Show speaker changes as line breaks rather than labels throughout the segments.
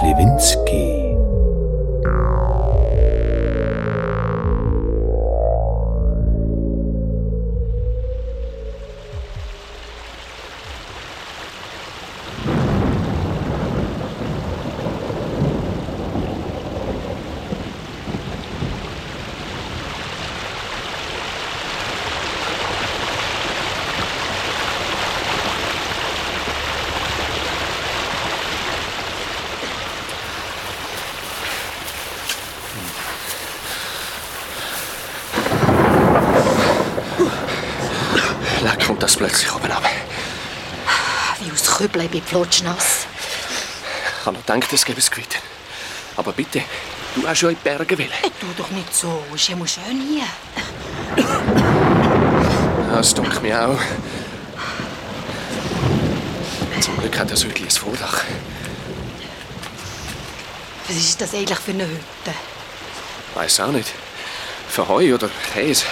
Kowalski.
Jak kommt das plötzlich oben ab?
Wie aus Köbeln bei Flotschnass.
Ich habe noch gedacht, es gäbe es Gewitter. Aber bitte, du hast ja in die Berge willen.
Tu doch nicht so, ist ja mal schön hier.
Ja, Das dunkelt mich auch. Zum Glück hat das Hütli ein Vordach.
Was ist das eigentlich für eine Hütte?
Weiß auch nicht. Für Heu oder Käse.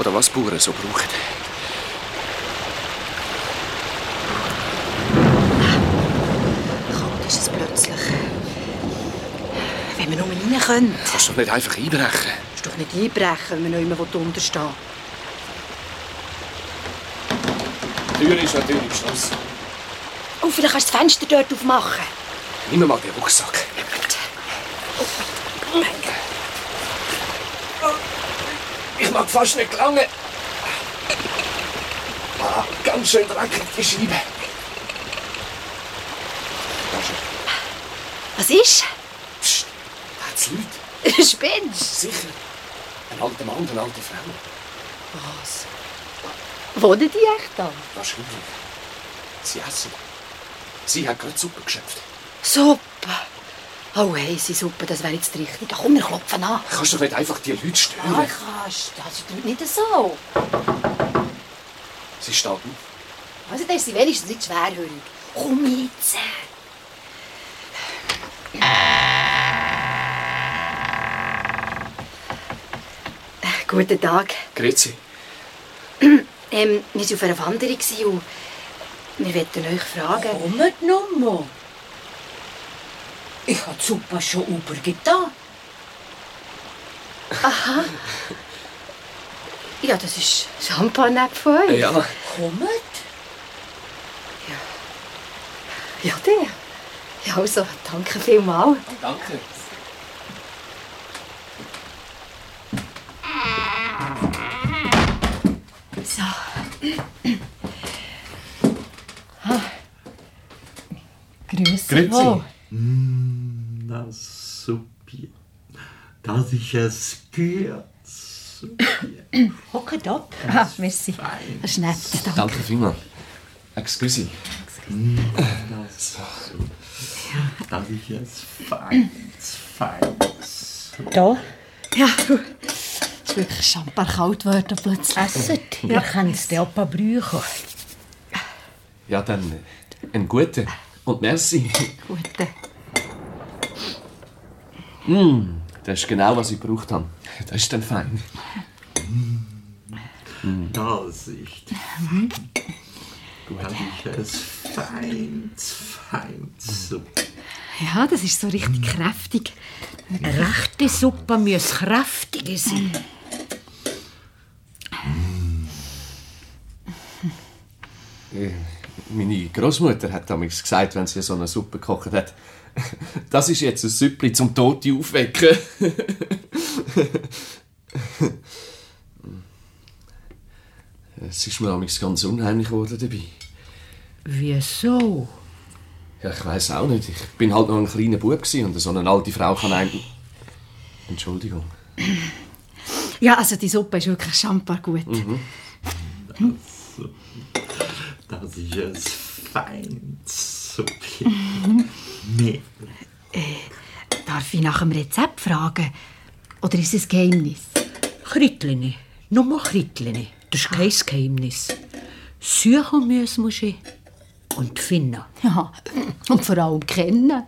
Oder was Bauern so brauchen.
Kalt ist es plötzlich. Wenn wir nur rein können.
Kannst du doch nicht einfach einbrechen.
Ist doch nicht einbrechen, wenn wir noch immer unterstehen wollen.
Die Tür ist natürlich geschlossen.
Oh, vielleicht kannst du das Fenster dort aufmachen.
Nimm mal den Rucksack. Ich mag fast nicht lange. Ah, ganz schön dreckig die Scheibe.
Was ist?
Psst, da hat's Leute.
Spinnst
Sicher. Ein alter Mann und eine alte Frau.
Was? Wohnen die echt da?
Wahrscheinlich. Sie essen. Sie hat gerade Suppe geschöpft.
Suppe. Oh, hey, sie Suppe, das wäre jetzt richtig. Da komm, wir klopfen an.
Kannst doch nicht einfach die Leute stören.
Ah, kannst. Das ist nicht so.
Sie steht auf.
Also, der ist sie wenigstens nicht schwerhörig. Komm jetzt. Äh, Guten Tag.
Grüezi.
Ähm, wir waren auf einer Wanderung und wir wollten euch fragen.
Kommt nur mal. Ich habe die Suppe schon übergetan.
Ja, das ist Champagner von euch.
Ja.
Kommt?
Ja, der. Ja, also, danke vielmals.
Danke.
So. Ah.
Grüße.
Oh,
Grüezi.
Na super. Das ist ein Skier. Super.
Hocket ab. Ah, merci. Das ist nett.
Danke vielmals. Excuse.
Das ist ein feines, feines.
Da,
Ja, es ist wirklich Champagner kalt geworden plötzlich.
esset. Ihr könnt es den Opa brüchen.
Ja, dann einen guten. Und merci.
Gute.
Das ist genau, was ich gebraucht habe. Das ist dann fein.
Das ist. Das ist ein feines, feines. Super.
Ja, das ist so richtig kräftig.
Eine rechte Suppe muss kräftiger sein.
Meine Großmutter hat damals gesagt, wenn sie so eine Suppe gekocht hat, das ist jetzt ein Süppli zum Tote aufwecken. es ist mir damals ganz unheimlich geworden dabei.
Wieso?
Ja, ich weiß auch nicht. Ich bin halt noch ein kleiner Bub gewesen und so eine alte Frau kann einen... Entschuldigung.
Ja, also die Suppe ist wirklich Champagner gut.
Das ist ein feines. Super. Nee.
Darf ich nach dem Rezept fragen? Oder ist es ein Geheimnis?
Krittline. Nur Krittline. Das ist kein Geheimnis. Suchen müssen musst du und finden.
Ja, und vor allem kennen.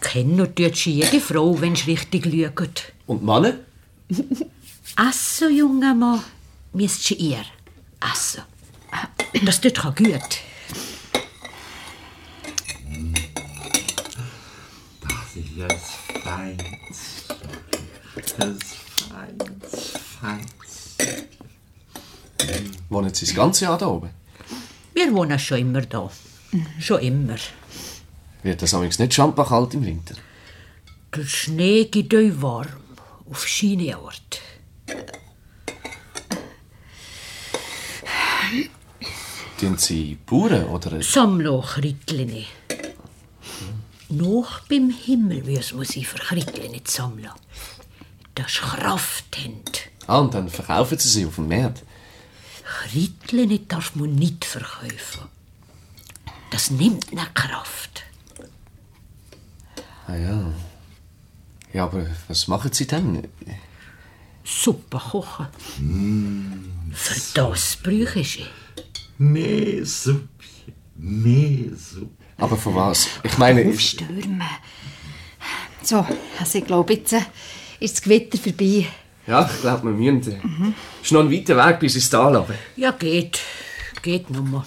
Kennen tut schon jede Frau, wenn sie richtig schaut.
Und Männer?
Essen, junger Mann, müsst ihr essen. Ah, Das tut auch gut.
yes, feins. Yes, feins, feins.
Wohnen Sie das ganze Jahr da oben?
Wir wohnen schon immer da. Schon immer.
Wird das übrigens nicht schampa
halt
kalt im Winter?
Der Schnee gibt euch warm. Auf Schienenort.
Tun Sie Bauern oder...
Samloch Rittline. Noch beim Himmel müssen wir sie für Krittline sammeln. Das ist Kraft. haben.
Ah, und dann verkaufen Sie sie auf dem Markt.
Krittline darf man nicht verkaufen. Das nimmt eine Kraft.
Ah ja. Ja, aber was machen Sie dann?
Suppe kochen. Für das bräuchte ich.
Mehr Suppe, mehr Suppe.
Aber von was? Ich meine, ich-
Stürme. So, also ich glaube, jetzt äh, ist das Gewitter vorbei.
ja, ich glaube, wir müssen. Mhm. ist noch ein weiter Weg bis ins Tal runter.
Ja, geht. Geht nochmal.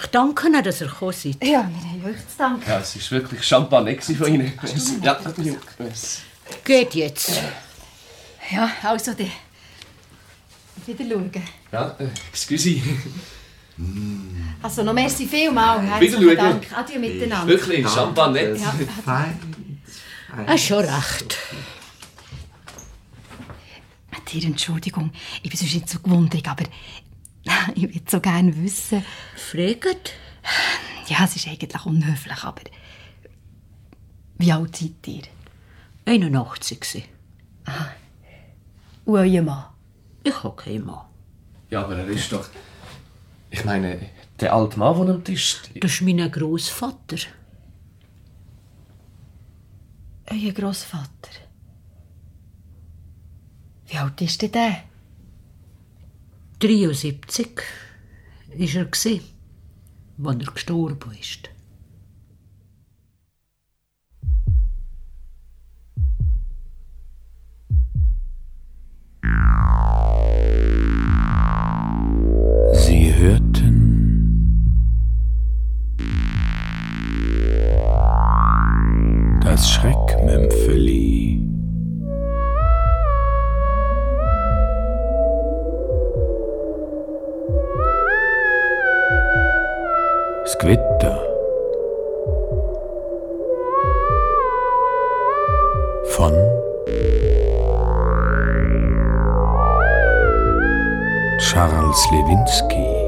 Ich danke Ihnen, dass ihr gekommen seid.
Ja, wir haben euch zu danken.
Ja, es ist wirklich Champagner von Ihnen. Ja, merci.
Geht jetzt.
Ja, also dann. Wieder schauen.
ja äh, excuse.
Also noch merci vielmal.
schauen.
Herzlichen Dank. Adieu miteinander.
Wirklich, Champagner.
Yes, feins,
Ah,
feins.
schon recht.
Dir Entschuldigung, ich bin sonst nicht so gewundrig, aber ich würde so gerne wissen.
Fragt?
Ja, es ist eigentlich unhöflich, aber wie alt seid ihr?
81 gsi.
Und euer Mann?
Ich habe keinen Mann.
Ja, aber er ist doch. Ich meine, der alte Mann, der am Tisch steht.
Das ist mein Großvater.
Euer Großvater. Wie alt ist denn der?
73 war er, gsi, als er gestorben ist.
Sie hörten das Schreckmempfeli. Squitter von Charles Lewinsky.